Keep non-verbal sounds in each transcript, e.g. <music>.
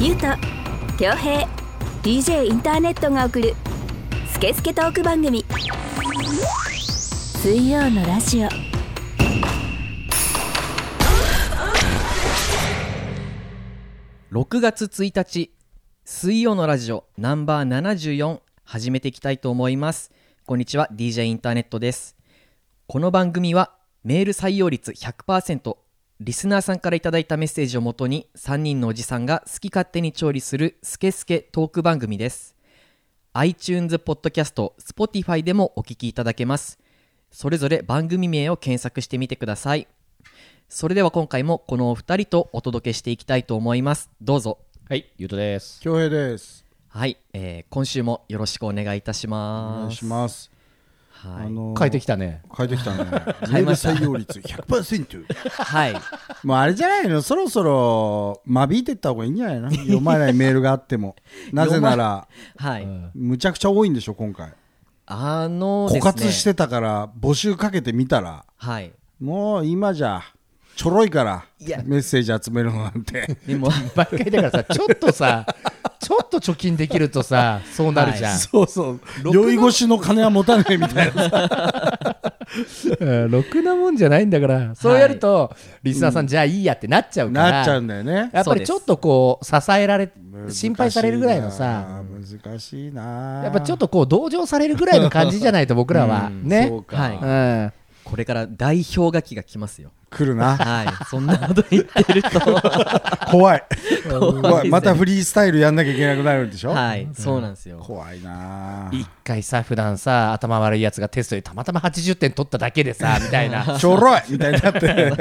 ゆうと恭平 DJ インターネットが送る「スケスケトーク番組」水曜のラジオ6月1日水曜のラジオナンバー74始めていきたいと思いますこんにちは DJ インターネットですこの番組はメール採用率100%リスナーさんからいただいたメッセージをもとに3人のおじさんが好き勝手に調理するスケスケトーク番組です iTunes ポッドキャスト Spotify でもお聞きいただけますそれぞれ番組名を検索してみてくださいそれでは今回もこのお二人とお届けしていきたいと思いますどうぞはい、ゆうとです。恭平です。はい、えー今週もよろしくお願いいたしおます。願いします。はい、の帰ってきたね。変えて <laughs> きたね。変えましたメール採用率100%。はい、もうあれじゃないの。そろそろ間引いてった方がいいんじゃないの。読まないメールがあっても。なぜならはい、うんむちゃくちゃ多いんでしょ今回。あのです枯ね、渇してたから募集かけてみたら、はい、もう今じゃちょろいからいやメッセージ集めるのなんて。でも、毎回だ <laughs> からさ、ちょっとさ、ちょっと貯金できるとさ、そうなるじゃん。そうそう。 <laughs> 酔い越しの金は持たねえみたいな。うんろくなもんじゃないんだから、そうやると、リスナーさん、じゃあいいやってなっちゃうから、なっちゃうんだよね。やっぱりちょっとこう、支えられ、心配されるぐらいのさ、難しいな。難しいな。やっぱちょっとこう、同情されるぐらいの感じじゃないと、僕らは。ね。そうか。はいうんこれから代表書きが来ますよ。来るな。はい、そんなこと言って <laughs> ると、怖い怖怖いいまたフリースタイルやんなきゃいけなくなるんでしょ、はい、そうなんですよ。怖いな一回さ普段さ頭悪いやつがテストでたまたま80点取っただけでさみたいなあちょろいみたいになって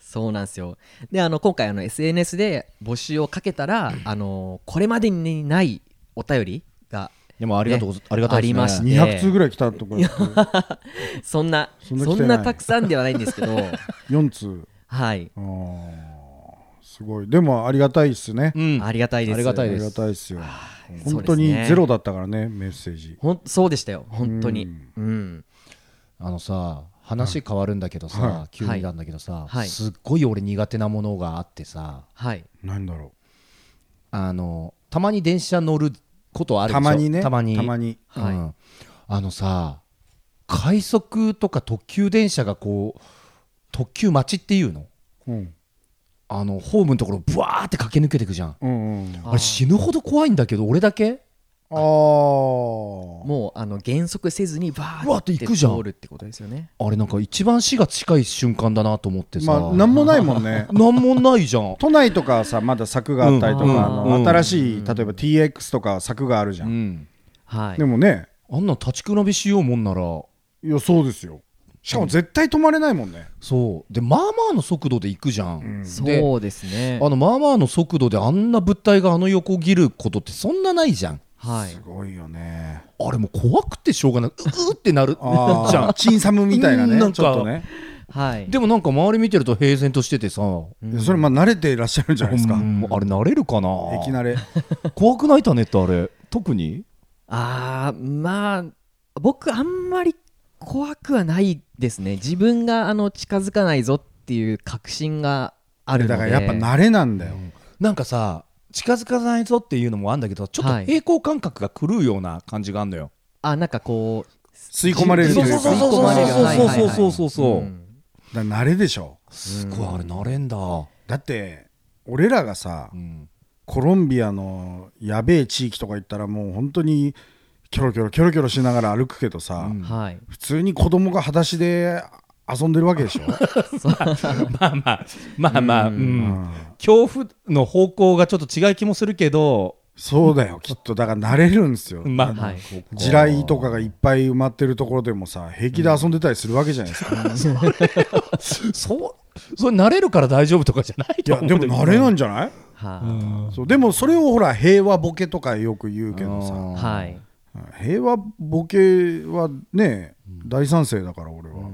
そうなんですよ。で、あの今回あの SNS で募集をかけたら、あのこれまでにないお便りが <laughs> でもありがとうござ、ありがたいありまししたて、 200通ぐらい来たとこそんなそんな来そてないんなたくさんではないんですけ <laughs> ど、 4通はい、あーすごいでもありがたいっすね、うんありがたいです。ありがたあいりですがたいっすよー本当そうにですねゼロだったからねメッセージほんそうでしたよ、本当に。うんあのさ話変わるんだけどさ、は急になんだけどさ、はいすっごい俺苦手なものがあってさはいなんだろあのたまに電車乗ることあうるでしょたまにねたまにうんはいあのさ快速とか特急電車がこう特急待ちっていうのうんあのホームのところをブワーって駆け抜けてくじゃんうんうんあれ死ぬほど怖いんだけど俺だけあーもうあの減速せずにバうわーっってて行くじゃん通るってことですよね。あれなんか一番死が近い瞬間だなと思ってさ、まあなんもないもんねなんもないじゃ <laughs> ん都内とかはさまだ柵があったりとか、うんあのうん新しい例えば TX とか柵があるじゃ、うんんはいで。もねあんなん立ちくらみしようもんならいやそうですよしかも絶対止まれないもんね、そうでまあまあの速度で行くじゃん、でそうですね。あのまあまあの速度であんな物体があの横切ることってそんなないじゃんはいす。ごいよねあれもう怖くてしょうがなくううってなるあじゃあチンサムみたいなうんねなんかちょっとねはい。んでもなんか周り見てると平然としててさ、いやそれまあ慣れていらっしゃるんじゃないですかうんあれ慣れるかな駅慣れ怖くないタネってあれ特にああまあ僕あんまり怖くはないですね。自分があの近づかないぞっていう確信があるのだで。からやっぱ慣れなんだよなんかさ近づかないぞっていうのもあんだけどちょっとはい平行感覚が狂うような感じがあんのよ、あなんかこう吸い込まれるとそういうそうかそう吸いそう込まれるはいはいはいそうそうそうそう、うんだから慣れでしょすごいあれ慣れんだ、だって俺らがさうんコロンビアのやべえ地域とか行ったらもう本当にキョロキョロキョロキョロしながら歩くけどさ、うんはい。普通に子供が裸足で遊んでるわけでしょ、 <laughs> まあまあまあま <laughs> あ、うんうん恐怖の方向がちょっと違う気もするけどそうだよきっとだから慣れるんですよまあ、はい。地雷とかがいっぱい埋まってるところでもさ平気で遊んでたりするわけじゃないですか、いそうそれ慣れるから大丈夫とかじゃないとや思うでも慣れなんんじゃない、はそうでもそれをほら平和ボケとかよく言うけどさい。はい。平和ボケはね大賛成だから俺は、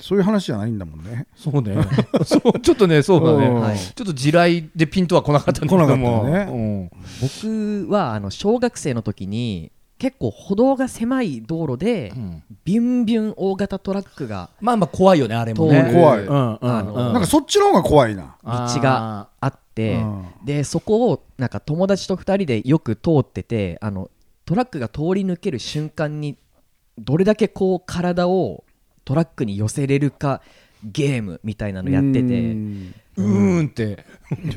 そういう話じゃないんだもんねそうね <laughs> そうちょっとねそうだね、うんはいちょっと地雷でピンとは来なかったんだけども来なかったね、僕はあの小学生の時に結構歩道が狭い道路で、うんビュンビュン大型トラックがまあまあ怖いよねあれもね通る怖いうんうんうんあのなんかそっちの方が怖いな道があってでそこをなんか友達と2人でよく通っててあのトラックが通り抜ける瞬間にどれだけこう体をトラックに寄せれるかゲームみたいなのやってうてんうーんって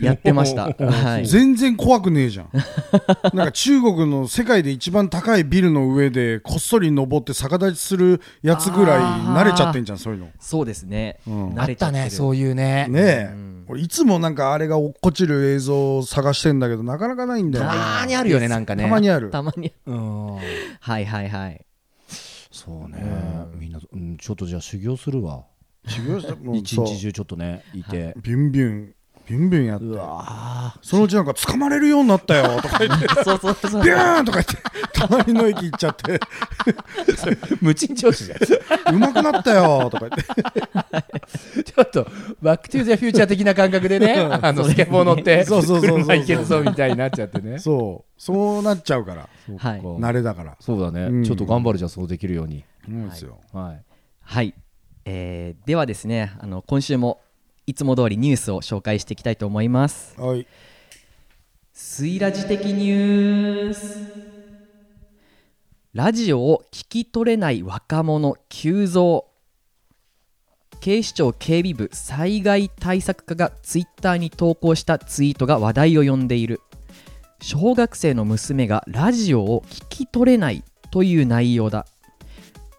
やってま <laughs> した。はい全然怖くねえじゃん <laughs> なんか中国の世界で一番高いビルの上でこっそり登って逆立ちするやつぐらい慣れちゃってんじゃんそういうのそうですね、うん慣あっれちゃたってるねそういうねねえ、うん俺いつもなんかあれが落っこちる映像を探してんだけどなかなかないんだたよねまにあるよねなんかねたまにあるたまにうんはいはいはいそうね、みんな、うん、ちょっとじゃあ修行するわ修行したもう一そう日中ちょっとねいて、ビュンビュンビュンビュンやってそのうちなんか捕まれるようになった <laughs> よとか言ってそうそうそうビューンとか <laughs> 言って隣の駅行っちゃって <laughs> 無賃調子じゃんちうまくなったよとか言ってょっとバック・トゥ・ザ・フューチャー的な感覚でねあのスケボー乗ってそうそうそうそう車行けるぞみたいになっちゃってねそうそうなっちゃうからはいそっか慣れだから <laughs> そうだね、うんちょっと頑張るじゃんそうできるように思うんですよ、はいはい、えーではですねあの今週もいつも通りニュースを紹介していきたいと思いますはいスイラジ的ニュースラジオを聞き取れない若者急増警視庁警備部災害対策課がツイッターに投稿したツイートが話題を呼んでいる小学生の娘がラジオを聞き取れないという内容だ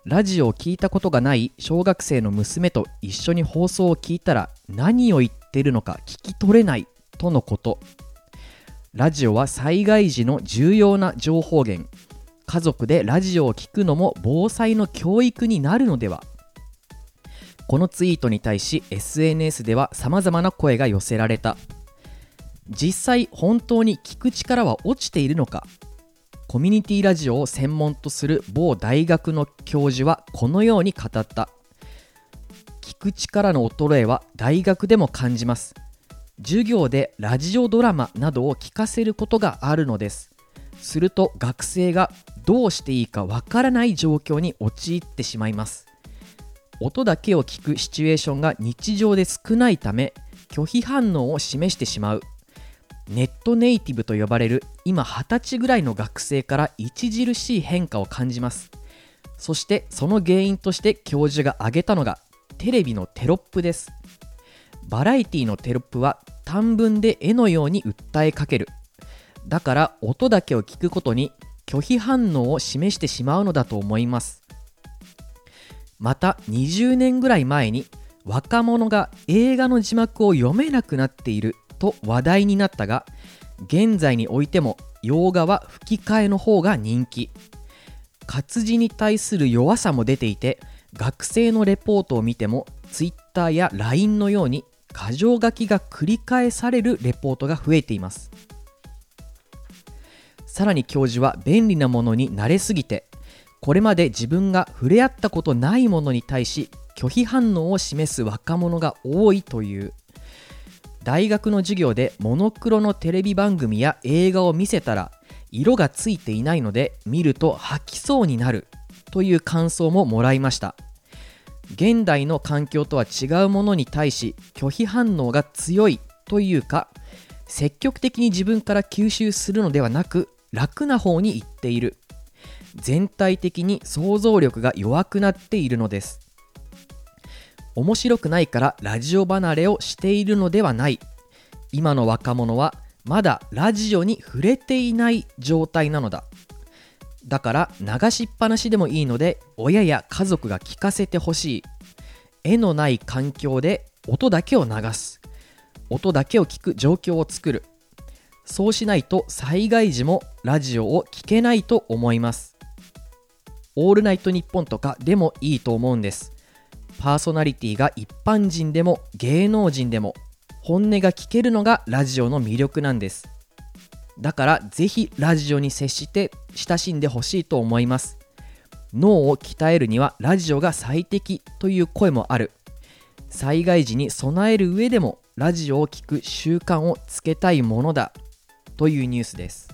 ラジオを聞いたことがない小学生の娘と一緒に放送を聞いたら何を言ってるのか聞き取れないとのことラジオは災害時の重要な情報源家族でラジオを聞くのも防災の教育になるのではこのツイートに対し SNS では様々な声が寄せられた実際本当に聞く力は落ちているのかコミュニティラジオを専門とする某大学の教授はこのように語った聞く力の衰えは大学でも感じます授業でラジオドラマなどを聞かせることがあるのですすると学生がどうしていいかわからない状況に陥ってしまいます音だけを聞くシチュエーションが日常で少ないため拒否反応を示してしまうネットネイティブと呼ばれる今20歳ぐらいの学生から著しい変化を感じますそしてその原因として教授が挙げたのがテレビのテロップですバラエティのテロップは短文で絵のように訴えかけるだから音だけを聞くことに拒否反応を示してしまうのだと思いますまた20年ぐらい前に若者が映画の字幕を読めなくなっていると話題になったが現在においても洋画は吹き替えの方が人気活字に対する弱さも出ていて学生のレポートを見ても Twitter や LINE のように過剰書きが繰り返されるレポートが増えていますさらに教授は便利なものに慣れすぎてこれまで自分が触れ合ったことないものに対し拒否反応を示す若者が多いという大学の授業でモノクロのテレビ番組や映画を見せたら色がついていないので見ると吐きそうになるという感想ももらいました現代の環境とは違うものに対し拒否反応が強いというか積極的に自分から吸収するのではなく楽な方に行っている全体的に想像力が弱くなっているのです面白くないからラジオ離れをしているのではない今の若者はまだラジオに触れていない状態なのだだから流しっぱなしでもいいので親や家族が聞かせてほしい絵のない環境で音だけを流す音だけを聞く状況を作るそうしないと災害時もラジオを聞けないと思いますオールナイトニッポンとかでもいいと思うんですパーソナリティが一般人でも芸能人でも本音が聞けるのがラジオの魅力なんですだからぜひラジオに接して親しんでほしいと思います脳を鍛えるにはラジオが最適という声もある災害時に備える上でもラジオを聞く習慣をつけたいものだというニュースです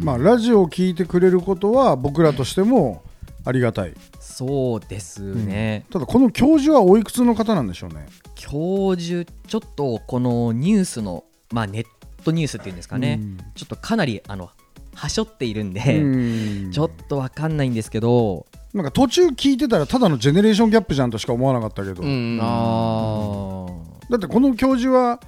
まあ、ラジオを聞いてくれることは僕らとしてもありがたいそうですね、ただこの教授はおいくつの方なんでしょうね教授ちょっとこのニュースの、まあ、ネットニュースっていうんですかね、うんちょっとかなりあのはしょっているんで、うんちょっとわかんないんですけど、なんか途中聞いてたらただのジェネレーションギャップじゃんとしか思わなかったけど、うんあだってこの教授は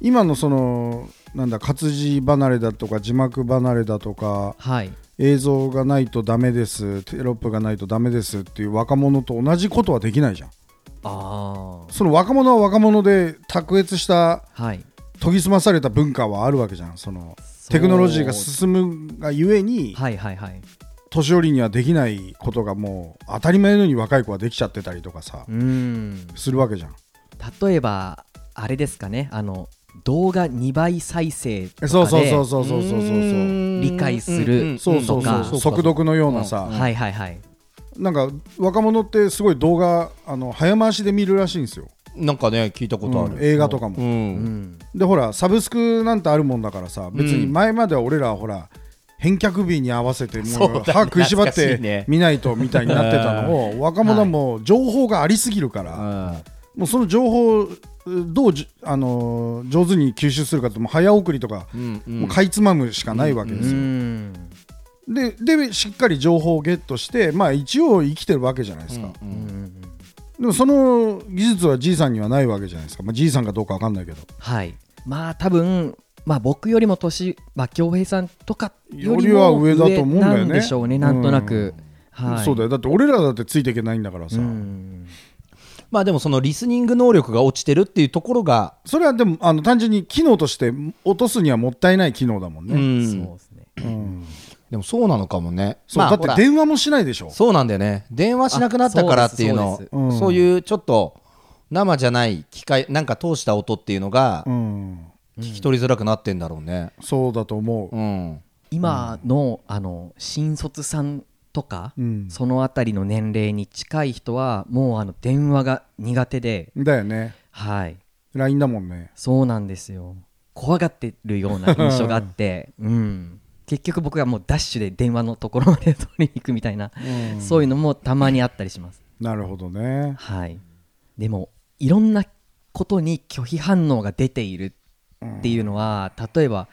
今のそのなんだ活字離れだとか字幕離れだとかーはい映像がないとダメですテロップがないとダメですっていう若者と同じことはできないじゃんあーその若者は若者で卓越したはい研ぎ澄まされた文化はあるわけじゃんそのテクノロジーが進むがゆえにはいはいはい年寄りにはできないことがもう当たり前のように若い子はできちゃってたりとかさうんするわけじゃん例えばあれですかねあの動画2倍再生とかえでそうそうそうそうそうそうそうそう理解するそうそうとかそう速読のようなさ、はいはいはいなんか若者ってすごい動画あの早回しで見るらしいんですよ、なんかね聞いたことあうるん映画とかも、うんんでほらサブスクなんてあるもんだからさ別に前までは俺らはほら返却日に合わせてそうだもうね歯食いしばっ懐かしいねて見ないとみたいになってたのを若者はもう情報がありすぎるから、もうその情報をどうじあのー上手に吸収するかってもう早送りとか、うんうんもうかいつまむしかないわけでうすよ、んででしっかり情報をゲットしてまあ一応生きてるわけじゃないですか、うんでもその技術はじいさんにはないわけじゃないですか、まあ、じいさんかどうかわかんないけどはいまあ多分まあ僕よりも年まあ恭平さんとかよよりりもは上だと思うんだよねなんでしょうねなんとなくはいそうよだよだって俺らだってついていけないんだからさ、まあでもそのリスニング能力が落ちてるっていうところがそれはでもあの単純に機能として落とすにはもったいない機能だもんうね、んそうですねでもそうなのかもねそうまあだっほてら電話もしないでしょそうなんだよね電話しなくなったからっていうあそのうですそうですうんそういうちょっと生じゃない機械なんか通した音っていうのがうん聞き取りづらくなってんだろうねそうだと思う、うん今のあの新卒さんとかうんそのあたりの年齢に近い人はもうあの電話が苦手でだよねはい LINE だもんねそうなんですよ怖がってるような印象があって <laughs> うん結局僕がもうダッシュで電話のところまで取りに行くみたいな、そういうのもたまにあったりしますなるほどねはい、でもいろんなことに拒否反応が出ているっていうのは、例えば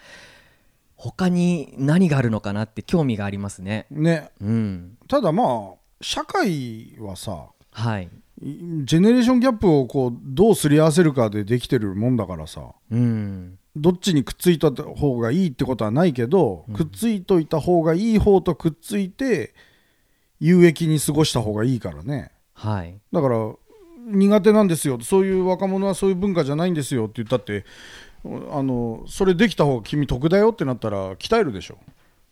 他に何があるのかなって興味がありますね。ねうん、ただまあ社会はさはい、いジェネレーションギャップをこうどうすり合わせるかでできてるもんだからさうん、どっちにくっついた方がいいってことはないけど、くっついといた方がいい方とくっついて有益に過ごした方がいいからねはい、だから苦手なんですよそういう若者はそういう文化じゃないんですよって言ったってあのそれできた方が君得だよってなったら鍛えるでしょ、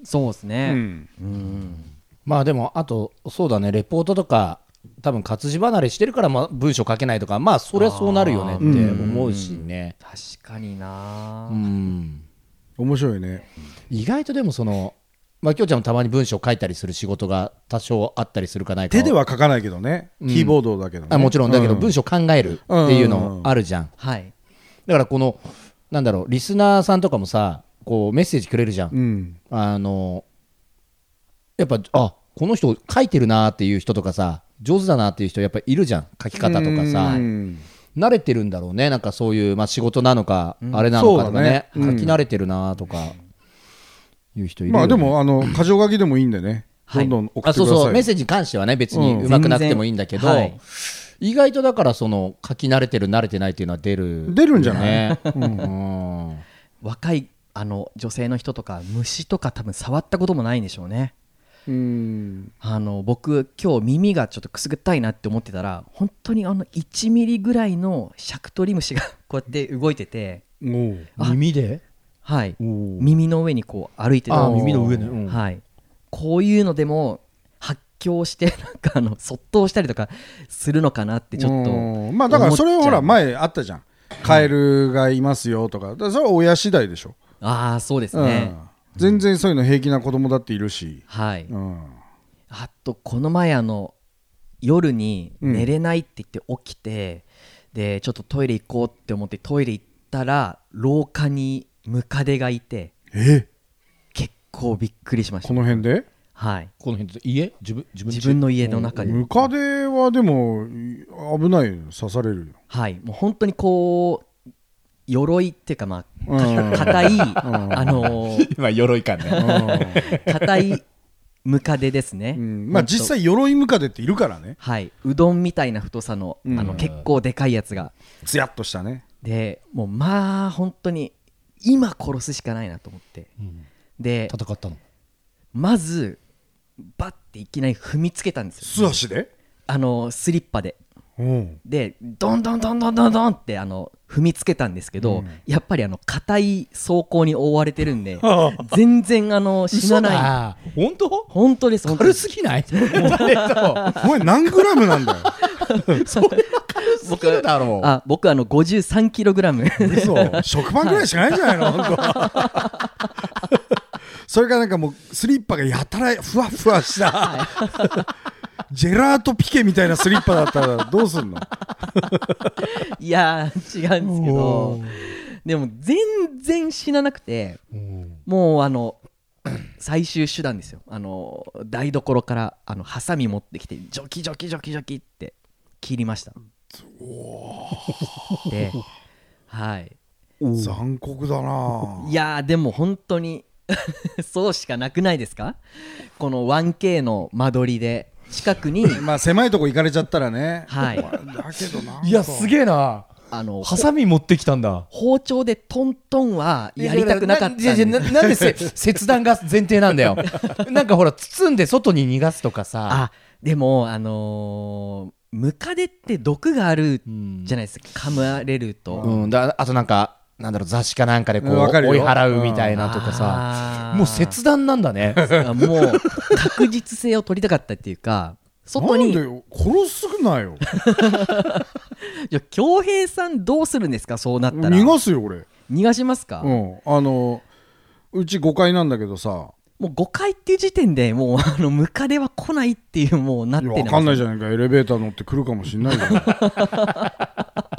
そうですうね。んまあでもあとそうだねレポートとか多分活字離れしてるからまあ文章書けないとかまあそりゃそうなるよねって思うしね確かになう、ん面白いね意外とでもそのまあきょうちゃんもたまに文章書いたりする仕事が多少あったりするかないか手では書かないけどね、うんキーボードだけどねあもちろんだけどう文章考えるっていうのあるじゃんはい、だからこのなんだろうリスナーさんとかもさこうメッセージくれるじゃんうんあのやっぱあこの人書いてるなーっていう人とかさ上手だなっていう人やっぱいるじゃん書き方とかさうん慣れてるんだろうねなんかそういう、まあ、仕事なのか、あれなのかとかねそうだねうん書き慣れてるなとかいう人いるよまねあでもあの箇条書きでもいいんでね、はいどんどん送あってそください。うそうメッセージに関してはね別にうん上手くなくてもいいんだけど、全然はい意外とだからその書き慣れてる慣れてないっていうのは出る出るんじゃないねうん若いあの女性の人とか虫とか多分触ったこともないんでしょうね。うんあの僕今日耳がちょっとくすぐったいなって思ってたら本当にあの1ミリぐらいのシャクトリムシが <laughs> こうやって動いてておうあ耳ではいおー耳の上にこう歩いてたあー耳の上ねうんはい、こういうのでも発狂してなんかあの <laughs> そっとしたりとかするのかなってちょっとうんまあだからそれ思っちほゃらう前あったじゃん。カエルがいますよとか、だからそれは親次第でしょ。ああそうですうんね、全然そういうの平気な子供だっているし。はいうんあとこの前あの夜に寝れないって言って起きて、でちょっとトイレ行こうって思ってトイレ行ったら廊下にムカデがいてえ結構びっくりしましこたの辺ではいこの辺で家自分自分自分の家の中でムカデはでもい危ないよ刺されるよはいもう本当にこう鎧っていうかまあうんか硬いあのー今鎧感ね硬いムカデですね、うんまあ本当実際鎧ムカデっているからねはいうどんみたいな太さの,、あの結構でかいやつがつやっとしたねでもうまあ本当に今殺すしかないなと思って、で戦ったのまずバッていきなり踏みつけたんですよ素足であのスリッパでうんでドンドンドンドンドンドンってあの踏みつけたんですけど、やっぱりあの硬い装甲に覆われてるんで全然あの死なないい本当本当です本当軽ですすぎない誰とお前何グラムなんだよすぎるだろうあ僕あの53キログラム嘘食パンぐらいしかないんじゃないの本当それからなんかもうスリッパがやたらふわふわしたジェラートピケみたいなスリッパだったらどうすんの <laughs> いやー違うんですけどでも全然死ななくてもうあの最終手段ですよあの台所からあのハサミ持ってきてジョキジョキジョキジョキって切りましたではい残酷だないやーでも本当にそうしかなくないですかこの 1K の間取りで近くにまあ狭いとこ行かれちゃったらねはいだけどないいやすげえなあのハサミ持ってきたんだ包丁でトントンはやりたくなかったんいやでいやななんでせ <laughs> 切断が前提なんだよなんかほら包んで外に逃がすとかさあでもあのームカデって毒があるじゃないですか、噛まれると、うん、だあとなんかなんだろう雑誌かなんかでこううんわかるよ追い払うみたいなとかあさーもう切断なん <laughs> だねあもう確実性を取りたかったっていうか外なんにでよ殺すなよいや恭平さんどうするんですかそうなったら逃がすよ俺逃がしますか、うんあのうち5階なんだけどさもう5回っていう時点でもうあのムカデは来ないっていうもうなっいてやわかんないじゃゃないかエレベーター乗って来るかもしんないじゃ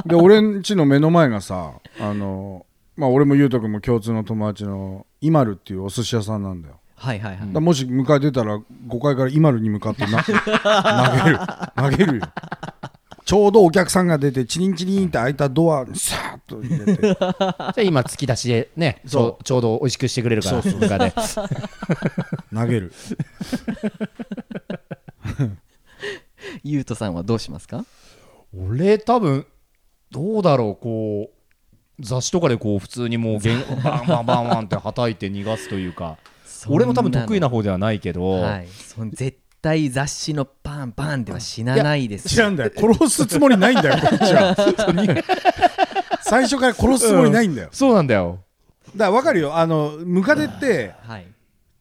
んで俺ん <laughs> 家の目の前がさあのまあ俺も優斗君も共通の友達のイマルっていうお寿司屋さんなんだよはいはいはい、だからもし迎え出たら5階からイマルに向かって <laughs> な投げる投げるよちょうどお客さんが出てチリンチリンって開いたドアにさーっと入れてじゃあ今突き出しでねちょちょうど美味しくしてくれるからとかね投げるゆうとさんはどうしますか俺多分どうだろうこう雑誌とかでこう普通にもう <laughs> ゲンバンバンバンバンって叩いて逃がすというか俺も多分得意な方ではないけど、はい、その絶対雑誌のパンパンでは死なないですし違うんだよ殺すつもりないんだよこっちは最初から殺すつもりないんだよそうなんだよだから分かるよあのムカデってはい、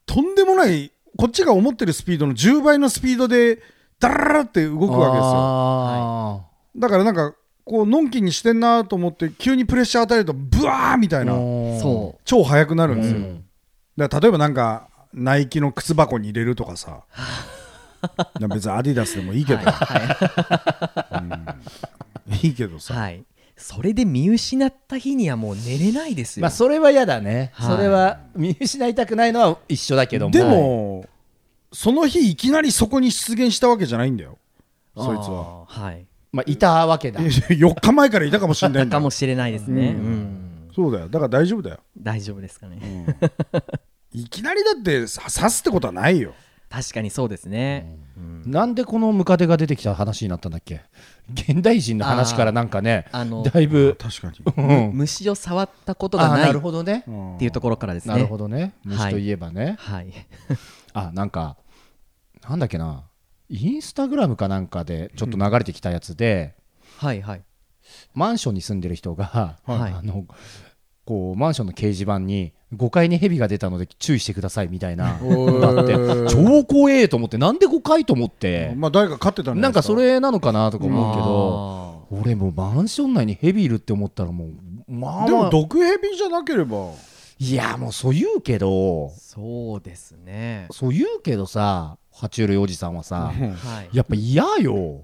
とんでもないこっちが思ってるスピードの10倍のスピードでダラララって動くわけですよあだからなんかこうのんきにしてんなと思って急にプレッシャー与えるとブワーみたー、いなそう超速くなるんですよ、だから例えばなんかナイキの靴箱に入れるとかさだから別にアディダスでもいいけど、うんいいけどさ、はい、それで見失った日にはもう寝れないですよ、まあそれは嫌だね、はいそれは見失いたくないのは一緒だけどもでも、その日いきなりそこに出現したわけじゃないんだよそいつはあーはいまあ、いたわけだ4日前からいたかもしれないんだかよもしれないですね、うんそうだよだから大丈夫だよ大丈夫ですかね、いきなりだってさ刺すってことはないよ確かにそうですね、なんでこのムカデが出てきた話になったんだっけ現代人の話からなんかねあーあのだいぶ、確かにうん、虫を触ったことあがーないなっるほどね、ていうところからですねなるほどねは虫いといえばね、はい、あなんかなんだっけなインスタグラムかなんかでちょっと流れてきたやつで、はいはいマンションに住んでる人が、はいあのこうマンションの掲示板に5階に蛇が出たので注意してくださいみたい <laughs> なだって超怖えと思ってなんで5階と思ってまあ誰か勝ってたんじゃなんかそいでれなのかなとか思うけどあー俺もうマンション内に蛇いるって思ったらもうまあ、すかでまもあ、毒蛇じゃなければいやもうそう言うけどそうですねそう言うけどさ爬虫類おじさんははさいやっぱ嫌よ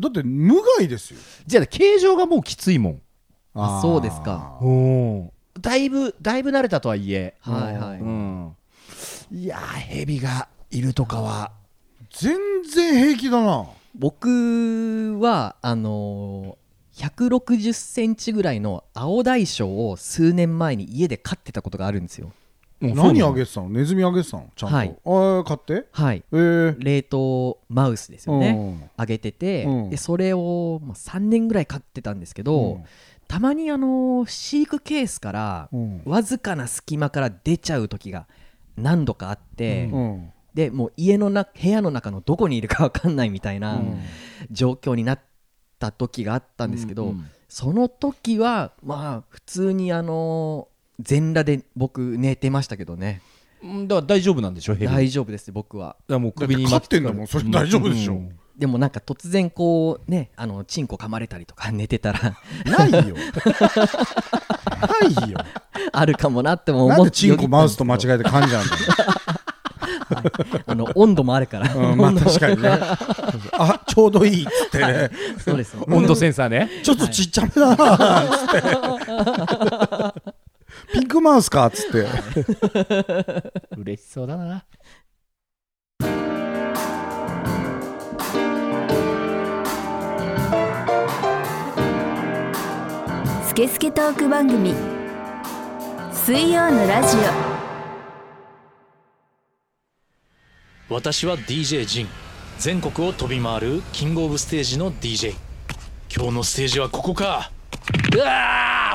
だって無害ですよじゃあ形状がもうきついもん <laughs> あそうですかおだいぶだいぶ慣れたとはいえはいはいうんいやー蛇がいるとかは全然平気だな僕はあのー160センチぐらいの青大将を数年前に家で飼ってたことがあるんですよ何あげてたのネズミあげてたのちゃんと、はいああ買ってはいえー、冷凍マウスですよねうんあげてて、うんでそれを、まあ、3年ぐらい飼ってたんですけど、たまにあのー飼育ケースからうんわずかな隙間から出ちゃう時が何度かあって、うんでもう家のな部屋の中のどこにいるか分かんないみたいな状況になった時があったんですけど、その時はまあ普通にあの全裸で僕寝てましたけどねうんだから大丈夫なんでしょ蛇大丈夫です僕はだからもうだって首に飼巻っきつてかんだもんそれうん大丈夫でしょ、うんでもなんか突然こうねあのチンコ噛まれたりとか寝てたら <laughs> ないよないよあるかもなって <laughs> も思ってなんでチンコマウスと間違ええて噛んじゃうんだよあの温度もあるから、 <laughs> うん、まあ確かにね。あちょうどいいっつってね。そうですよ温度センサーねちょっとちっちゃめだなっつ <laughs> って。ピンクマウスかっつって。 <laughs> 嬉しそうだなスケスケトーク番組水曜のラジオ私は DJ ジン全国を飛び回るキングオブステージの DJ 今日のステージはここかうわ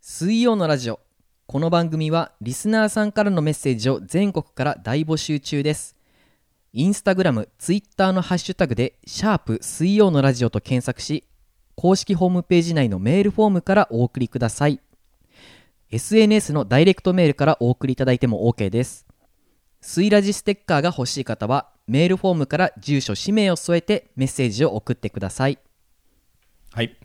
水曜のラジオこの番組はリスナーさんからのメッセージを全国から大募集中ですインスタグラムツイッターのハッシュタグで「シャープ水曜のラジオ」と検索し公式ホームページ内のメールフォームからお送りください SNS のダイレクトメールからお送りいただいても OK です水ラジステッカーが欲しい方はメールフォームから住所氏名を添えてメッセージを送ってくださいはい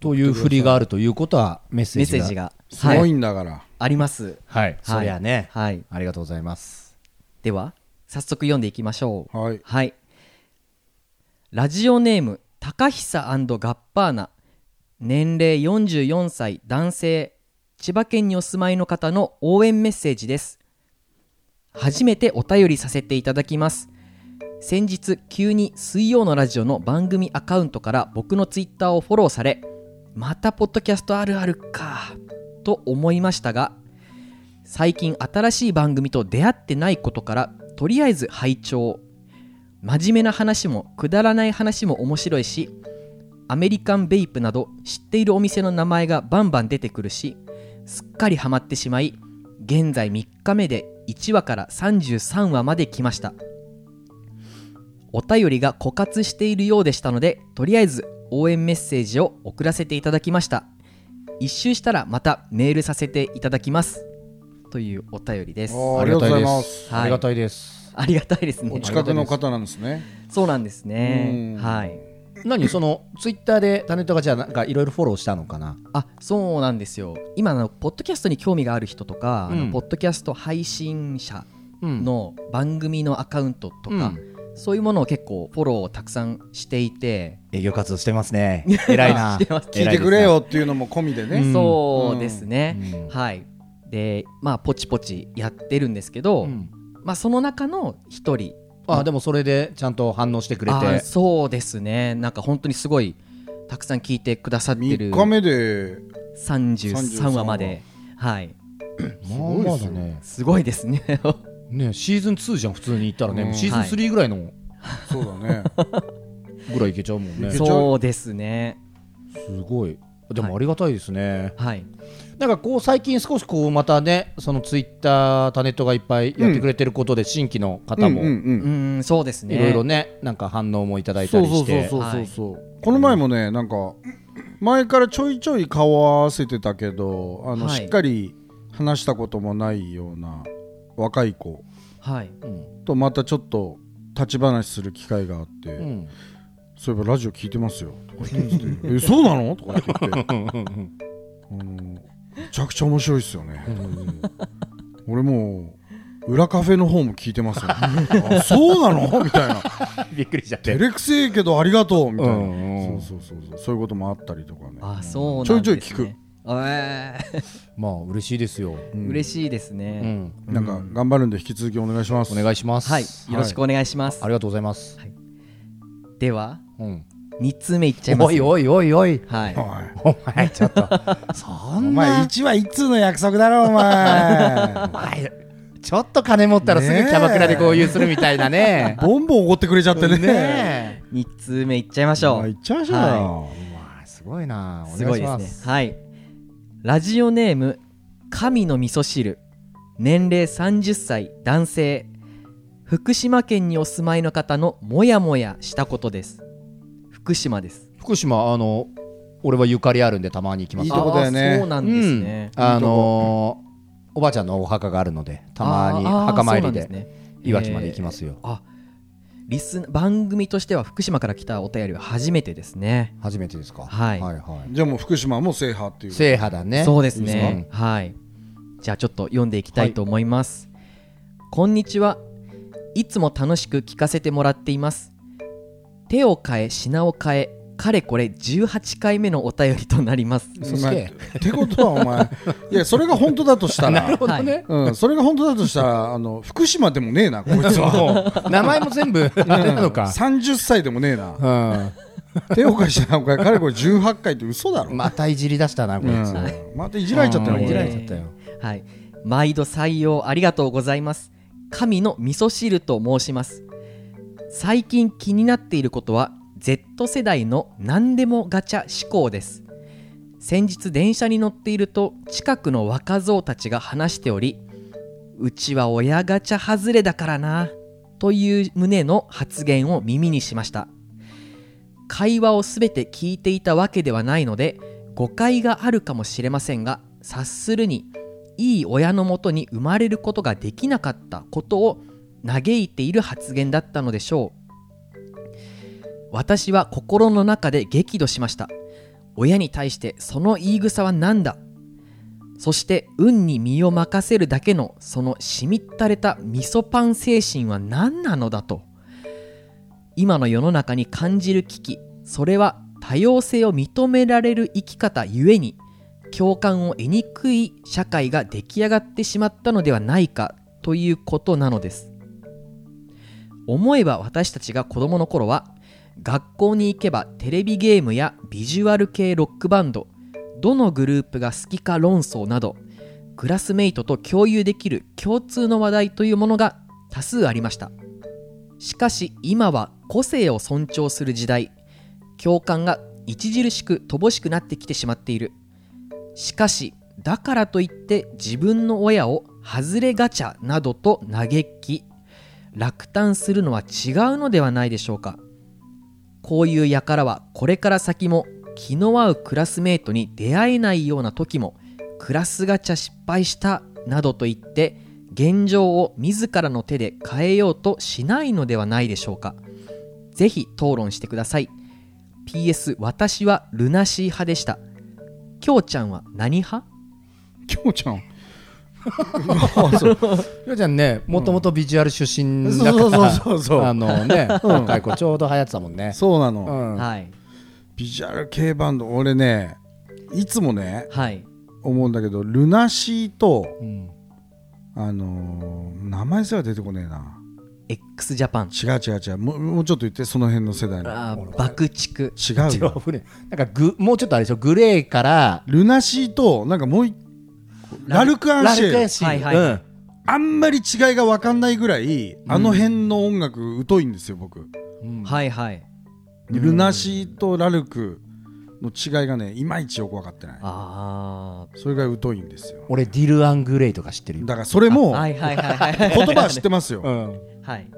という振りがあるということはメッセメーッジセがージが、すごいんだから。ありますはい、そりゃね、はいありがとうございますでは早速読んでいきましょうはいラジオネーム高久ガッパーナ年齢44歳男性千葉県にお住まいの方の応援メッセージです初めてお便りさせていただきます先日急に水曜のラジオの番組アカウントから僕のツイッターをフォローされまたポッドキャストあるあるかと思いましたが最近新しい番組と出会ってないことからとりあえず拝聴真面目な話もくだらない話も面白いしアメリカンベイプなど知っているお店の名前がバンバン出てくるしすっかりハマってしまい現在3日目で1話から33話まで来ましたお便りが枯渇しているようでしたのでとりあえず応援メッセージを送らせていただきました一周したらまたメールさせていただきますというお便りですおーありがとうございますはいありがたいですありがたいですねお近くの方なんですね。そうなんですねうんはい何そのツイッターでタネットがじゃあなんかいろいろフォローしたのかなあそうなんですよ今あのポッドキャストに興味がある人とか、うんあのポッドキャスト配信者うんの番組のアカウントとか、そういうものを結構フォローをたくさんしていて、営業活動してますね <laughs> 偉いなしてます聞いてくれよっていうのも込みでね。そうですね、うんはいでまあポチポチやってるんですけど、うんまあその中の一人あでもそれでちゃんと反応してくれあーてそうですねなんか本当にすごいたくさん聞いてくださって3る日目で、 33話まではいまあごいまっあすだよねすごいですね <laughs> ねシーズン2じゃん普通に言ったらね、うんシーズン3ぐらいのそうだね。ぐらいいけちゃうもんね、いけちゃうそうですねすごいではもいありがたいですね、はいなんかこう最近少しこうまたねそのツイッタータネットがいっぱいやってくれてることで新規のうんう方んう。もうんーんそうですねいろいろねなんか反応もいただいたそうりそしうそうてそうはそういそう。この前もね、なんか、前からちょいちょい顔を合わせてたけど、あの、はいしっかり話したこともないような若い子はいうんとまたちょっと立ち話する機会があって、うんそういえばラジオ聞いてますよとか言ってえそうなのとか言っうてんうんあのめちゃくちゃ面白いですよね。俺もう裏カフェの方も聞いてますよ、あそうなのみたいなびっくりしちゃって照れくせえけどありがとうみたいな、うんうんそうそうそうそうそういうこともあったりとかねあそうなんです、ちょね、いちょい聞くえーまあ嬉しいですよ、うん嬉しいですね、うん、なんか頑張るんで引き続きお願いしますお願いしますはいよろしくお願いします、ありがとうございます、ではうん、二通目いっちゃいます、おいおいおいはいはいお前ちょっとそおん前な1話1通の約束だろお前 <laughs> お前ちょっと金持ったらすぐキャバクラで豪遊するみたいなねボンボンおごってくれちゃってねねえ二通目いっちゃいましょう、あ行っちゃいましょうよまあすごいなおす願ごいいでしすまねすはいラジオネーム神の味噌汁年齢30歳男性福島県にお住まいの方のモヤモヤしたことです福島です福島あの俺はゆかりあるんでたまに行きますいいとこだよねあーそうなんですね、うん、あのーおばあちゃんのお墓があるのでたまにあーあー墓参りそうでなんすねいわきまで行きますよ、あリス番組としては福島から来たお便りは初めてですね初めてですかはいはいじゃあもう福島も制覇っていう制覇だねそうですいいですねはいじゃあちょっと読んでいきたいと思います、こんにちはいつも楽しく聞かせてもらっています手を変え品を変えかれこれ18回目のお便りとなりますお前ってことはお前いやそれが本当だとしたら <laughs> なるほどね、うん、それが本当だとしたらあの福島でもねえなこいつは <laughs> <laughs> そう名前も全部あれなのか、 30歳でもねえなうん手を貸したかれこれ18回って嘘だろ、またいじり出したなこいつ、うん <laughs> またいじられちゃったうのんいじら俺れちゃったよはい毎度採用ありがとうございます神の味噌汁と申します最近気になっていることは Z 世代の何でもガチャ思考です先日電車に乗っていると近くの若造たちが話しておりうちは親ガチャ外れだからなという旨の発言を耳にしました会話を全て聞いていたわけではないので誤解があるかもしれませんが察するにいい親のもとに生まれることができなかったことを嘆いている発言だったのでしょう私は心の中で激怒しました親に対してその言い草は何だそして運に身を任せるだけのそのしみったれた味噌パン精神は何なのだと今の世の中に感じる危機それは多様性を認められる生き方ゆえに共感を得にくい社会が出来上がってしまったのではないかということなのです思えば私たちが子どもの頃は学校に行けばテレビゲームやビジュアル系ロックバンドどのグループが好きか論争などクラスメイトと共有できる共通の話題というものが多数ありましたしかし今は個性を尊重する時代共感が著しく乏しくなってきてしまっているしかしだからといって自分の親を「外れガチャ」などと嘆き落胆するのは違うのではないでしょうかこういう輩はこれから先も気の合うクラスメートに出会えないような時もクラスガチャ失敗したなどと言って現状を自らの手で変えようとしないのではないでしょうかぜひ討論してください PS 私はルナシー派でしたきょうちゃんは何派きょう <laughs> ちゃんひろちゃんねもともとビジュアル出身だから、そうそうそうそうあのね、若い子ちょうど流行ってたもんねそうなうの、ん、はいビジュアル系バンド俺ねいつもねはい思うんだけどルナシーとうんあのー名前すら出てこねえな x ジャパン違う違う違うもうもうちょっと言ってその辺の世代のあー爆竹違違ううよ船なんかグもうちょっとあれでしょグレーからルナシーとなんかもう一個ラルク・アンラシルェクルエンシーはいはいうんあんまり違いが分かんないぐらいあの辺の音楽疎いんですよ僕、はいはいルナシーとラルクの違いがねいまいちよく分かってないあそれぐらい疎いんですよ俺ディル・アン・グレイとか知ってるよ、だからそれーもはいはいはいはいはい <laughs> 言葉は知ってますよん、 <laughs> はい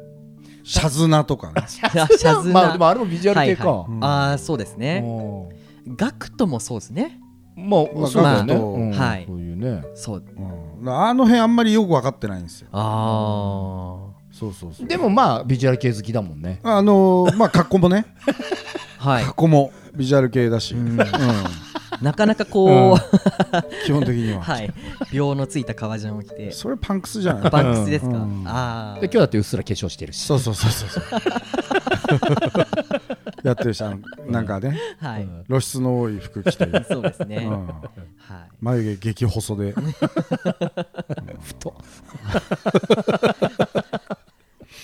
シャズナとかねあシャズナまあでもあれもビジュアル系か、はいはいああそうですねおーガクトもそうですねままああそうだよね、ガクトうんはいそういうねそううんだからあの辺あんまりよく分かってないんですよあそうそうそうでもまあビジュアル系好きだもんねあのーまあ格好もねあはい格好もビジュアル系だし、うん <laughs> なかなかこう、基本的には、 <laughs> はい秒のついた革ジャンを着てそれパンクスじゃないパンクスですか、うんああで今日だってうっすら化粧してるしそうそうそうそう <laughs> そうやってるしあのなんかねはい、露出の多い服着て、うんそうですね、はい眉毛激細で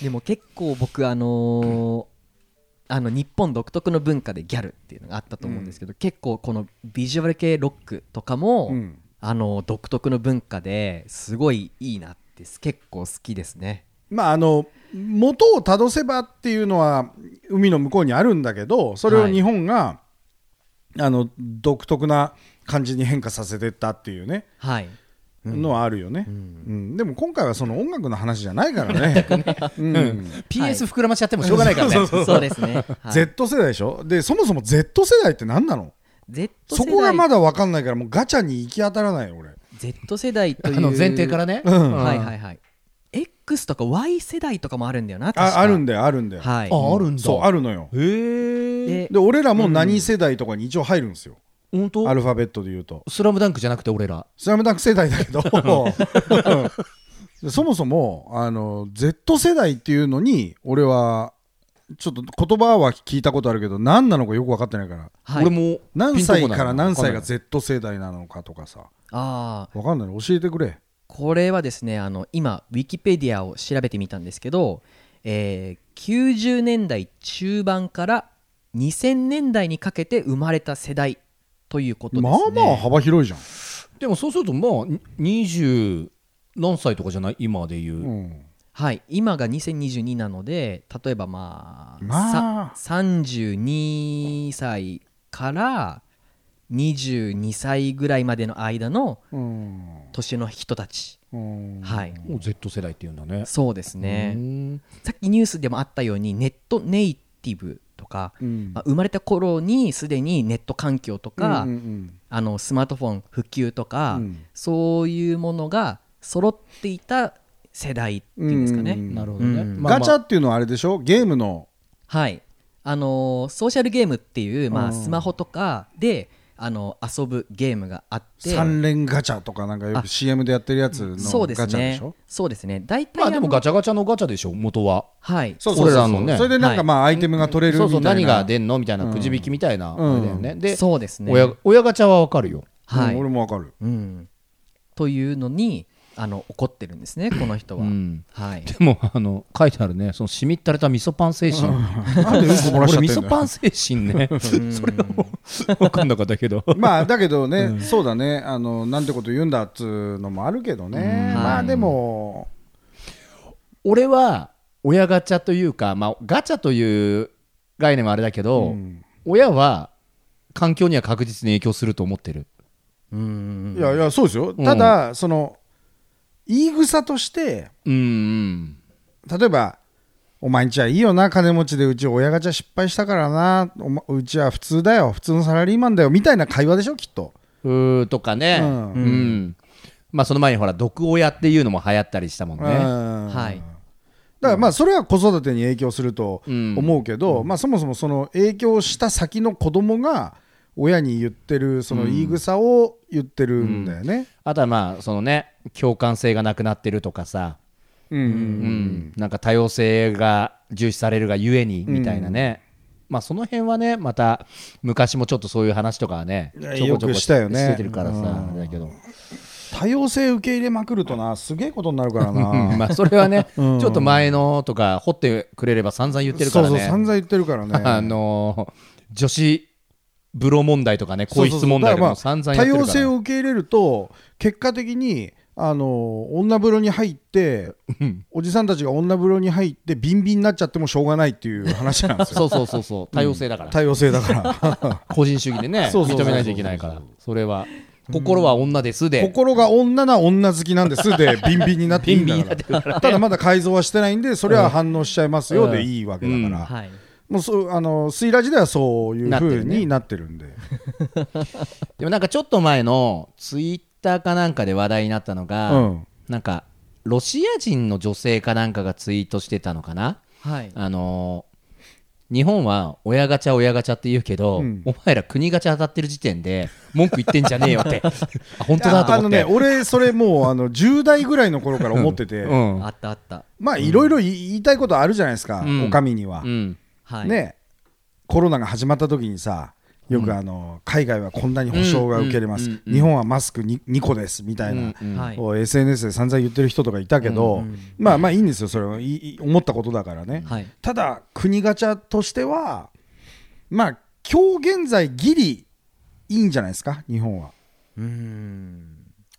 でも結構僕あのーあの日本独特の文化でギャルっていうのがあったと思うんですけど、結構このビジュアル系ロックとかも、うんあのー独特の文化ですごいいいなってす結構好きですねまああの元をたどせばっていうのは海の向こうにあるんだけどそれを日本が、あの独特な感じに変化させてったっていうね、はいのはあるよね、うんでも今回はその音楽の話じゃないから <laughs> ね、うん、 PS 膨らましちゃってもしょうがないからね、 <laughs> そうですね、 <laughs> はい、 Z 世代でしょでそもそも Z 世代って何なの Z 世代そこがまだ分かんないからもうガチャに行き当たらないよ俺 Z 世代とい <laughs> あうの前提からね、うんはいはいはい X とか Y 世代とかもあるんだよな確あかあるんだだよあるんだよ、はいああるんだそうあるのよへえでで俺らも何世代とかに一応入るんですよ、本当アルファベットで言うとスラムダンクじゃなくて俺らスラムダンク世代だけど <laughs> そもそもあの Z 世代っていうのに俺はちょっと言葉は聞いたことあるけど何なのかよく分かってないからはい俺も何歳から何歳わかんが Z 世代なのかとかさああ分かんないの教えてくれこれはですねあの今ウィキペディアを調べてみたんですけど、えー90年代中盤から2000年代にかけて生まれた世代ということですまねあまあ幅広いじゃんでもそうするとまあに20何歳とかじゃない今で言う、うんはい今が2022なので例えばまあ、まあさ32歳から22歳ぐらいまでの間のうん年の人たち、うんはいもう Z 世代っていうんだねそうですね、ねさっきニュースでもあったようにネットネイティブとか、うんまあ、生まれた頃にすでにネット環境とか、うんうんあのスマートフォン普及とか、うんそういうものが揃っていた世代っていうんですかね、うんなるほどね、うんまあまあガチャっていうのはあれでしょゲームのはいあのーソーシャルゲームっていう、まうあ、んスマホとかで、あの遊ぶゲームがあって3連ガチャとかなんかよあく CM でやってるやつのガチそうですャでねしょそうですね大体まあでもガチチャガチャのガチャでしょ元ははいそうそうそう俺らのねそれでなんかまあアイテムが取れるそうみたそういな、何が出んのみたいなくじ引きみたいな、うんあれだよねでそうですね親親ガチャはわかるよはういん俺もわかるうん、というのにあの怒ってるんですねこの人は、うん <laughs> はいでもあの書いてあるねそのしみったれた味噌パン精神なんでうんこ漏らしちゃ <laughs> 俺って味んだ噌よパン精神ね <laughs> それはもう分かんなかったけどまあだけどね、そうだねあのなんてこと言うんだっつうのもあるけどね、まあでも、俺は親ガチャというか、まあ、ガチャという概念はあれだけど、うん親は環境には確実に影響すると思ってるうんいやいやそうですよ、うんただその言い草としてうんうん例えば「お前んちはいいよな金持ちでうち親ガチャ失敗したからなお、ま、うちは普通だよ普通のサラリーマンだよ」みたいな会話でしょきっと、うーとかね、ううんんまあその前にほら毒親っていうのも流行ったりしたもんうね、んはいだからまあそれは子育てに影響するとうん思うけど、まあ、そもそもその影響した先の子供が親に言ってるその言い草を言ってるんだよね。あとはまあそのね共感性がなくなってるとかさ、うんうんなんか多様性が重視されるがゆえにみたいなね、まあその辺はねまた昔もちょっとそういう話とかはねいやちょこちょこよくしたよねしてるからさ、あれだけど多様性受け入れまくるとなすげえことになるからうんな。まあそれは <laughs> ね、ちょっと前のとか掘ってくれれば散々言ってるかそうらそうね散々言ってるから <laughs> あね。のー女子風呂問題とかねそ皇うそう室そう問題とかもだか散らま々あや多ってるか様ら性を受け入れると結果的にあの女風呂に入っておじさんたちが女風呂に入ってビンビンになっちゃってもしょうがないっていう話なんですよ。 <laughs> そうそうそうそう多様性だから、 <laughs> 多様性だから。個人主義でね <laughs> そうそうそうそ認うめないといけないからそれは心は女ですで、心が女な女好きなんです <laughs> でビンビンになっていいんだからただまだ改造はしてないんでそれは反応しちゃいますよでいいわけだから、はいもうそうあのスイラジではそういうなって風るねになってるんででもなんかちょっと前のツイッターかなんかで話題になったのが、うんなんかロシア人の女性かなんかがツイートしてたのかな、はいあのー日本は親ガチャ親ガチャって言うけど、うんお前ら国ガチャ当たってる時点で文句言ってんじゃねえよって <laughs> あ本当だとあ思のってね俺それもうあの10代ぐらいの頃から思ってて、うんあったあったまあいろいろ言いたいことあるじゃないですか、うんお上には、うんはいねコロナが始まった時にさよくあの、海外はこんなに保証が受けれます、うんうんうん日本はマスク 2, 個ですみたいな、うんはいを SNS で散々言ってる人とかいたけど、まあまあいいんですよそれはいいい思ったことだからね、はいただ国ガチャとしてはまあ今日現在ギリいいんじゃないですか日本は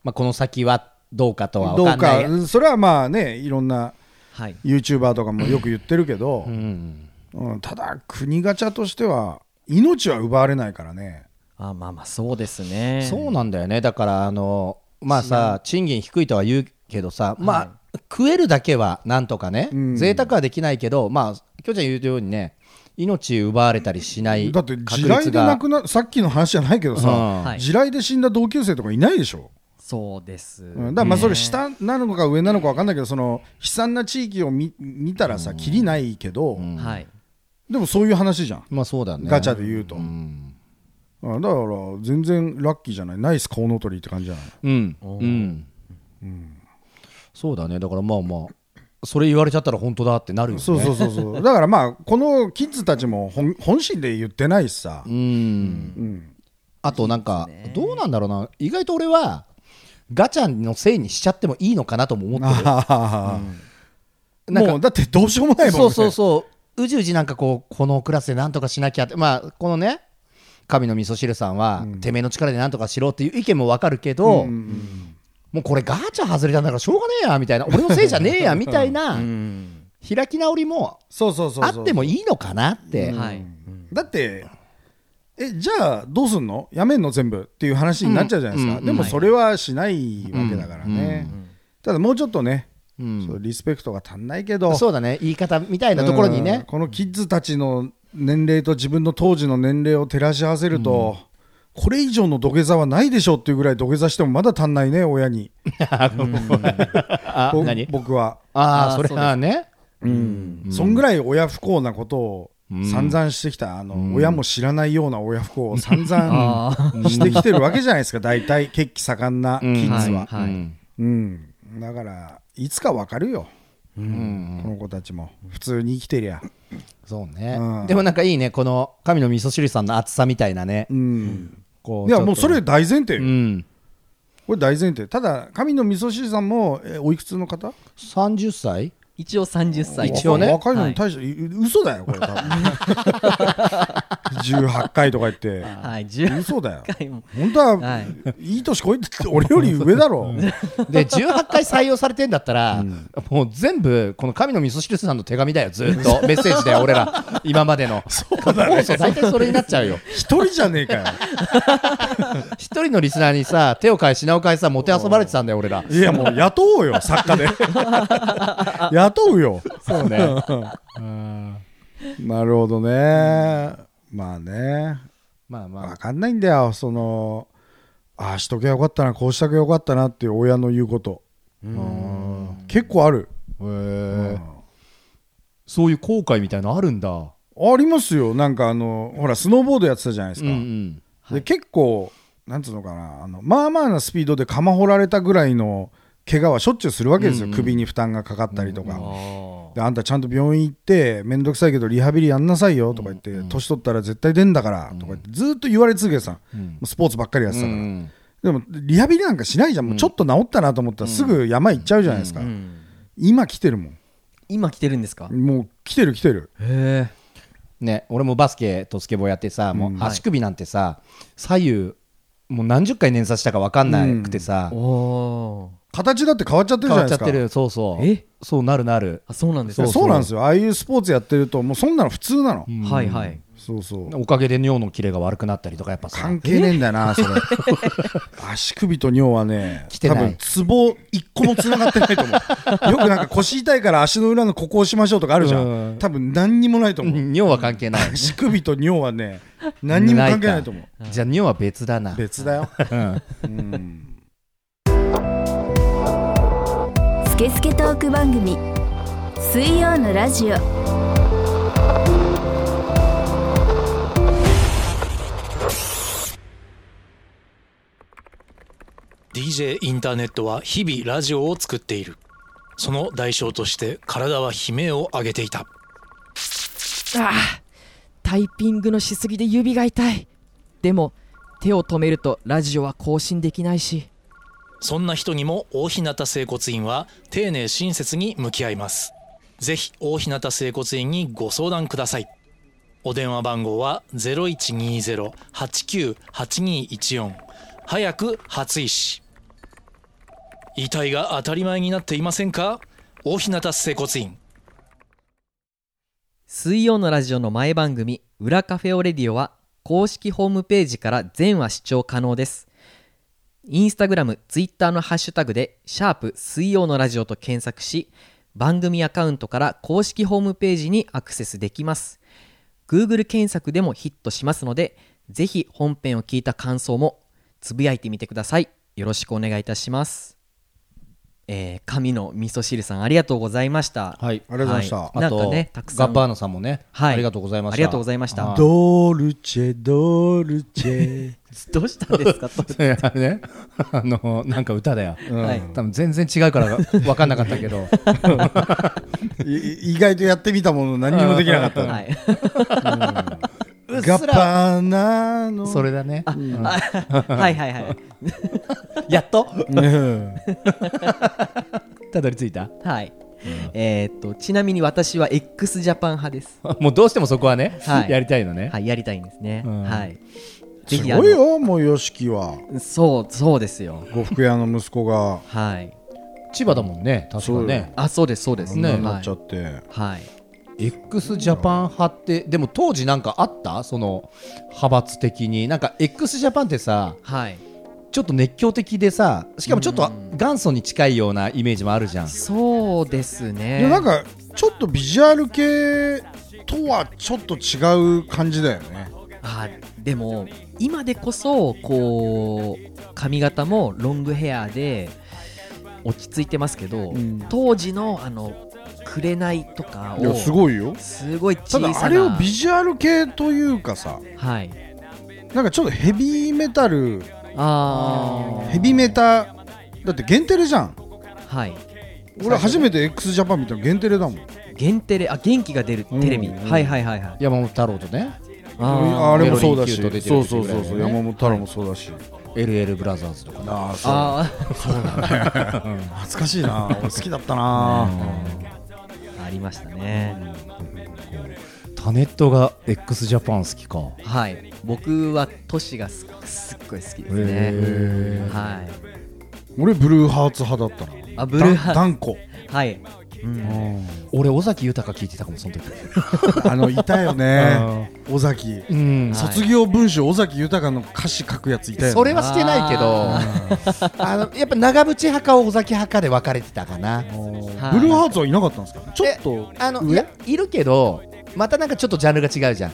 まあ、この先はどうかとはど分かうなんかいうんそれはまあねいろんなはい YouTuber とかもよく言ってるけど、うんうんただ国ガチャとしては命は奪われないからねあまあまあそうですねそうなんだよねだからあのまあさ賃金低いとは言うけどさ、まあ食えるだけはなんとかね、うん贅沢はできないけどまあきょうちゃん言うようにね命奪われたりしないだって確地率が雷で亡くなさっきの話じゃないけどさ、うんはい地雷で死んだ同級生とかいないでしょそうです、うんだからまあそれ下なのか上なのか分かんないけどその悲惨な地域を見見たらさきりないけど、んはいでもそういう話じゃん、まあそうだねガチャで言うと、うんうんだから全然ラッキーじゃないナイスコウノトリって感じじゃないうん、うんそうだねだからまあまあそれ言われちゃったら本当だってなるよねそうそうそう <laughs> そうだからまあこのキッズたちも本本心で言ってないしさ、うんうんあとなんかどうなんだろうな意外と俺はガチャのせいにしちゃってもいいのかなとも思ってるあーなんかもうだってどうしようもないもんねそうそうそううじうじなんかこうこのクラスでなんとかしなきゃってまあこのね神の味噌汁さんは、てめえの力でなんとかしろっていう意見もわかるけど、もうこれガチャ外れたんだからしょうがねえやみたいな俺のせいじゃねえやみたいなうん開き直りもそうそうそうあそうってもいいのかなって、はいだってえじゃあどうすんのやめんの全部っていう話になっちゃうじゃないですか、うんうんでもそれはしないわけだからね、ただもうちょっとね、うんそうリスペクトが足んないけどそうだね言い方みたいなところにうんね、このキッズたちの年齢と自分の当時の年齢を照らし合わせると、これ以上の土下座はないでしょうっていうぐらい土下座してもまだ足んないね <laughs> 親にあぼ何僕は、あああそれそうですはねうんそんぐらい親不幸なことを散々してきた、あの親も知らないような親不幸を散々あ <laughs> してきてるわけじゃないですか大体血気盛んなキあッズは、はいはい、うんうん、だからいつかわかるよ、この子たちも普通に生きてりゃ、そうね、うんでもなんかいいねこの神の味噌汁さんの厚さみたいなね、うん、こいやもうちょそっとれ大前提よ、うんこれ大前提ただ神の味噌汁さんもえおいくつの方30歳一応30歳一応ね若いのに大して、う嘘だよこれ多分18回とか言ってはい10嘘だよ回も本当は、はいい、い年こいてて俺より上だろで18回採用されてんだったら、もう全部この神の味噌汁さんの手紙だよずっとメッセージで俺ら今までのそうだね大体それになっちゃうよ一人じゃねえかよ一人のリスナーにさ手を変え品を変えさもてあそばれてたんだよ俺らいやもう雇おうよ作家で <laughs> 雇うよそうねなるほどね、まあねまあま分あかんないんだよそのああしとけばよかったなこうしたけばよかったなっていう親の言うことうん結構あるそういう後悔みたいのあるんだうありますよなんかあのほらスノーボードやってたじゃないですんうか、んで結構なんつうのかなあのまあまあなスピードで釜掘られたぐらいの怪我はしょっちゅうするわけですよ、首に負担がかかったりとか、であんたちゃんと病院行って面倒くさいけどリハビリやんなさいよとか言って、年取ったら絶対出んだからとか言ってずーっと言われ続けてたの、もうスポーツばっかりやってたから、んでもリハビリなんかしないじゃんもうちょっと治ったなと思ったらすぐ山行っちゃうじゃないですか、今来てるもん今来てるんですかもう来てる来てるへえね、俺もバスケとスケボーやってさ、もうはい足首なんてさ左右もう何十回捻挫したか分かんなくてさ、おお形だって変わっちゃってるじ変わっちゃないゃですっかてるそうそうえそうなるなるあそうなんですそうかそうなんですよああいうスポーツやってるともうそんなの普通なの、はいはいそうそうおかげで尿のキレが悪くなったりとかやっぱさ関係ねえんだよなそれ足首と尿はね来て多ない分ツボ一個もつながってないと思うよくなんか腰痛いから足の裏のここをしましょうとかあるじゃうん多分何にもないとう思んう尿は関係 <laughs> ない足首と尿はね何にも関係ないと思ううじゃあ尿は別だな別だよ、うんうん、スケスケトーク番組水曜のラジオ「DJ インターネットは日々ラジオを作っている」その代償として体は悲鳴を上げていたああタイピングのしすぎで指が痛いでも手を止めるとラジオは更新できないしそんな人にも大日向整骨院は丁寧親切に向き合います。ぜひ大日向整骨院にご相談ください。お電話番号は0120-89-8214早く初医師。遺体が当たり前になっていませんか大日向整骨院。水曜のラジオの前番組「裏カフェオレディオ」は公式ホームページから全話視聴可能ですインスタグラムツイッターのハッシュタグで「シャープ水曜のラジオ」と検索し番組アカウントから公式ホームページにアクセスできます Google 検索でもヒットしますのでぜひ本編を聞いた感想もつぶやいてみてくださいよろしくお願いいたしますえー、神の味噌汁さんありがとうございましたはいありがとうございましたはあなんとかねたくさガんッバーナさんもね、はいありがとうございましたありがとうございましたはドルチェドルチェどうしたんです <laughs> かといやあれね <laughs> あのなんか歌だよ、はい多分全然違うから分かんなかったけ <laughs> どい意外とやってみたもの何にもできなかったはいうっガすッらパーナのそれだねはいはいはいやっとうんたどり着いたはい、えーっとちなみに私は x ジャパン派ですもうどうしてもそこはね、はいやりたいのね、はいやりたいんですね、うんはいすぜひあのごいよもう YOSHIKI はそうそうですよ呉服屋の息子がはい千葉だもんね確かそうねあそうですそうですこんなはになっいちゃって、はい x ジャパン派ってでも当時なんかあったその派閥的になんか x ジャパンってさはいちょっと熱狂的でさしかもちょっと元祖に近いようなイメージもあるじゃんそうですねいやなんかちょっとビジュアル系とはちょっと違う感じだよねあでも今でこそこう髪型もロングヘアで落ち着いてますけど、うん当時のあの紅とかいやをすごいよすごい小たさなだあれをビジュアル系というかさはいなんかちょっとヘビーメタルあヘビメタだって限定レじゃんあはい俺初めて x ジャパン見たの限定レだもん元テレあ元気が出るテレビ、うんはいはいはいはい山本太郎とねあーれもそうだメしロディーキュート出てそるう時そうそうそうぐらいのね山本太郎もそうだし LL ブラザーズとかねああそうあ懐かしいな俺好きだったなーありましたね、タネットが x ジャパン好きかはい僕は都市がすすっごい好きですへねはい俺ブルーハーツ派だったなあブルーハー断固ツはい、うん、俺尾崎豊聞いてたかもその時あのいたよね尾崎うんはい卒業文集尾崎豊の歌詞書くやついたよねそれはしてないけどあのやっぱ長渕派か尾崎派かで分かれてたかなはいブルーハーツはいなかったんですかちょっとあの上いやいるけどまたなんかちょっとジャンルが違うじゃ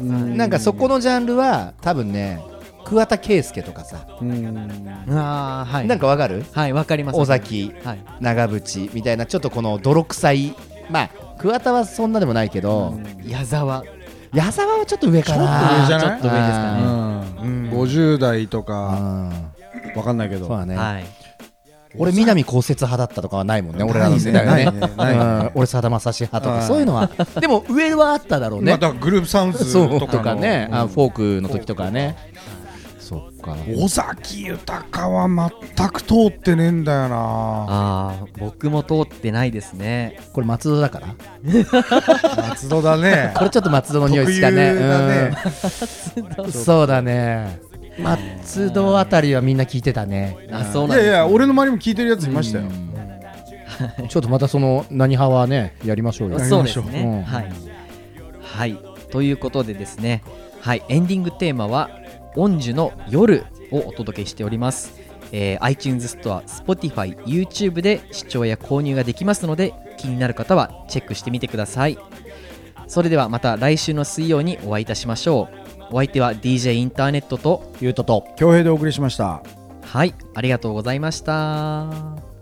んなんかそこのジャンルは多分ね桑田佳祐とかさ、あーはいなんかわかるはいわかります尾崎はい長渕みたいなちょっとこの泥臭いまあ桑田はそんなでもないけど、矢沢矢沢はちょっと上か上なじゃちょなっいと上ですかねうん50代とかうんわかんないけどそうだね、はい俺南こうせつ派だったとかはないもんね俺らの世代はないねねないねうん俺さだまさし派とうかんそういうのはでも上はあっただろうまねあだからグループサウンズそうととかかのね、うんあフォークの時とかねそっか尾崎豊は全く通ってねえんだよなああ僕も通ってないですねこれ松戸だから松戸 <laughs> だねこれちょっと松戸の匂いしたね特有だねうんそうだね松戸あたりはみんな聞いてたねあそういなんやでいすや俺の周りも聞いてるやついましたよちょっとまたその何派はねやりましょうよそうですやね、りましょううんはいはいということでですねはいエンディングテーマは「オンジュの夜」をお届けしております、えー iTunes ストア Spotify、YouTube で視聴や購入ができますので気になる方はチェックしてみてくださいそれではまた来週の水曜にお会いいたしましょうお相手は DJ インターネットとゆうとと恭平でお送りしましたはいありがとうございました